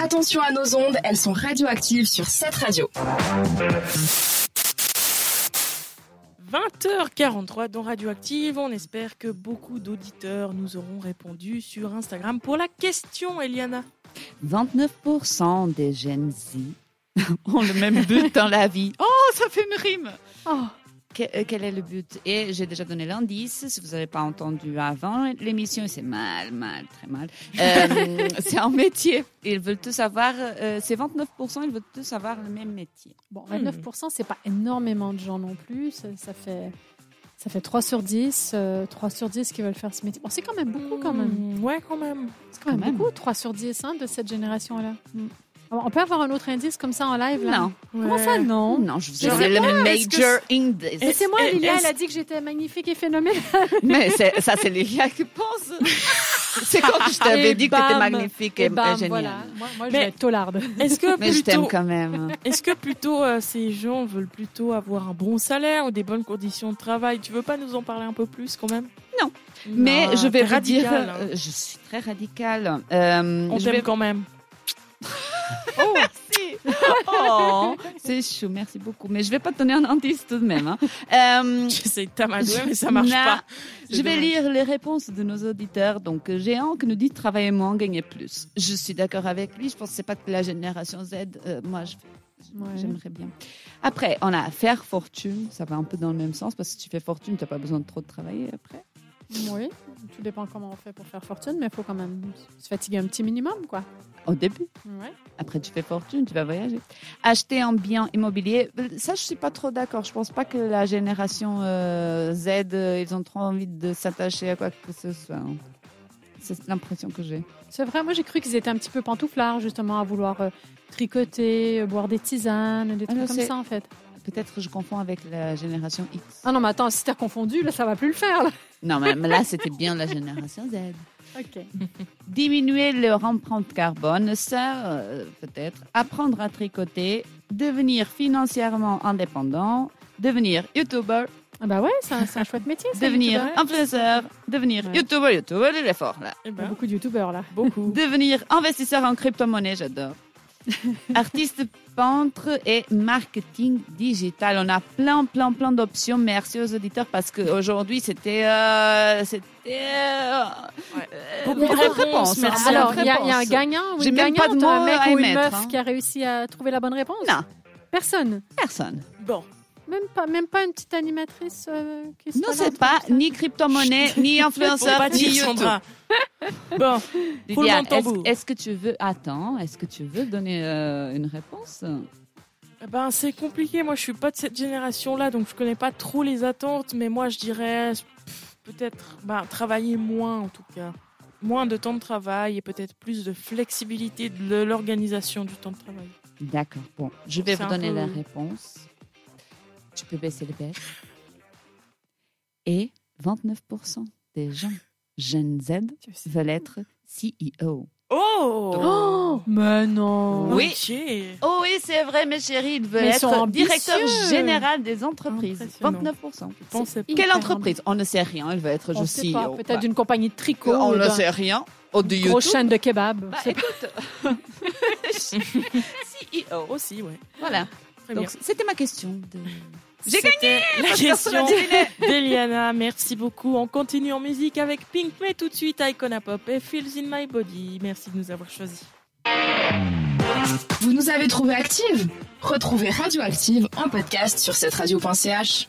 Attention à nos ondes, elles sont radioactives sur cette radio. 20h43 dans Radioactive. On espère que beaucoup d'auditeurs nous auront répondu sur Instagram pour la question, Eliana. 29% des Gen Z ont le même but dans la vie. Oh, ça fait une rime. Oh, que- euh, quel est le but Et j'ai déjà donné l'indice. Si vous n'avez pas entendu avant l'émission, c'est mal, mal, très mal. Euh, c'est un métier. Ils veulent tous savoir. euh, c'est 29%. Ils veulent tous savoir le même métier. Bon, 29%, c'est pas énormément de gens non plus. Ça, ça fait, ça fait 3 sur 10. euh, 3 sur 10 qui veulent faire ce métier. Bon, c'est quand même beaucoup, quand même. Hmm, Ouais, quand même. C'est quand même, Quand même. beaucoup, 3 sur 10 hein, de cette génération-là. Hmm. On peut avoir un autre indice comme ça en live, là Non, Comment ça, non non, je vous Je sais ai donné le est-ce que major indice. Mais c'est moi, Est-ce- Lilia, est-ce- elle a dit que j'étais magnifique et phénoménale. Mais c'est- ça, c'est les gars qui pensent. C'est quand je t'avais Et dit que t'étais bam. magnifique et, Et bam, géniale. Eh ben, voilà. Moi, moi, je Mais- vais être taularde. Est-ce que Mais je t'aime plutôt, quand même. est-ce que plutôt euh, ces gens veulent plutôt avoir un bon salaire ou des bonnes conditions de travail Tu veux pas nous en parler un peu plus quand même Non. Non, Mais je vais t'es vous dire, radicale, hein. euh, je suis très radicale. Euh, On je t'aime vais- quand même. Oh, c'est chou, merci beaucoup. Mais je vais pas te donner un indice tout de même. hein. Euh, J'essaie de t'amadouer, Ah, mais ça marche Non. pas. C'est Je vais dommage. lire les réponses de nos auditeurs. Donc, euh, Géant qui nous dit travailler moins, gagner plus. Je suis d'accord avec lui. Je pense que c'est pas que la génération Z. euh, moi, je- Ouais. j'aimerais bien. Après, on a faire fortune. Ça va un peu dans le même sens parce que si tu fais fortune, t'as pas besoin de trop de travailler après. Oui, tout dépend comment on fait pour faire fortune, mais il faut quand même se fatiguer un petit minimum, quoi. Au début. Ouais. Après, tu fais fortune, tu vas voyager. Acheter un bien immobilier, ça, je suis pas trop d'accord. Je pense pas que la génération euh, Z, euh, ils ont trop envie de s'attacher à quoi que ce soit. hein. C'est l'impression que j'ai. C'est vrai, moi j'ai cru qu'ils étaient un petit peu pantouflards, justement, à vouloir euh, tricoter, euh, boire des tisanes, des trucs Ah, non, comme c'est- ça, en fait. Peut-être que je confonds avec la génération X. Ah non, mais attends, si t'as confondu, là, ça va plus le faire, là. Non, mais mais là, c'était bien la génération Z. OK. Diminuer leur empreinte carbone, ça, euh, peut-être. Apprendre à tricoter, devenir financièrement indépendant, devenir youtubeur, Ah bah ouais, c'est un, c'est un chouette métier, ça, devenir youtubeur. influenceur, devenir Ouais. youtubeur, youtubeur, il est fort, là. Eh Il y a ben, Bah, beaucoup de youtubeurs, là. beaucoup. Devenir investisseur en crypto-monnaie, j'adore. Artiste peintre et marketing digital. On a plein, plein, plein d'options. Merci aux auditeurs parce qu'aujourd'hui, c'était. euh, c'était. euh, Ouais. euh, Beaucoup de beaucoup de réponses, réponses, merci. hein, Alors, beaucoup de il y, a- il y a un réponses. gagnant ou J'ai une même pas de gagnante, mots un mec à ou une émettre, meuf hein. qui a réussi à trouver la bonne réponse Non. Personne. Personne. Bon, Même pas, même pas une petite animatrice euh, qui Non, c'est pas ni crypto-monnaie, ni faut influenceur, pas ni dire YouTube. Sandra. Bon, Roulement Liliane, de tambour. est-ce est-ce que tu veux. Attends, est-ce que tu veux donner euh, une réponse Eh ben c'est compliqué. Moi, je suis pas de cette génération-là, donc je connais pas trop les attentes. Mais moi, je dirais pff, peut-être ben, travailler moins, en tout cas, moins de temps de travail et peut-être plus de flexibilité de l'organisation du temps de travail. D'accord, bon, je vais C'est vous un donner peu- la réponse. Tu peux baisser les bêtes. Et 29% des gens Gen Z veulent être E CEO. Oh, Oh, mais non. Oui. Ok. Oh oui, c'est vrai, mes chéris, ils veulent Mais ils sont être ambitieux. directeur général des entreprises. Impressionnant. 29%. Je pensais pas. C'est- Quelle Hyper entreprise On ne sait rien, elle veut être On juste E sait pas, CEO. peut-être Ouais. d'une compagnie de tricot, Bah, On ne d'un- sait rien. Oh, de d'une grosse YouTube. chaîne de kebab. Bah, E C'est- écoute. CEO. Oh. Aussi, ouais. Voilà. Très Donc, bien. c'était ma question. de- j'ai C'était La Personne question n'a deviné. d'Eliana, merci beaucoup. On continue en musique avec Pink, mais tout de suite Icona Pop et Feels in My Body. Merci de nous avoir choisis. Vous nous avez trouvé active Retrouvez Radioactive en podcast sur cette radio.ch.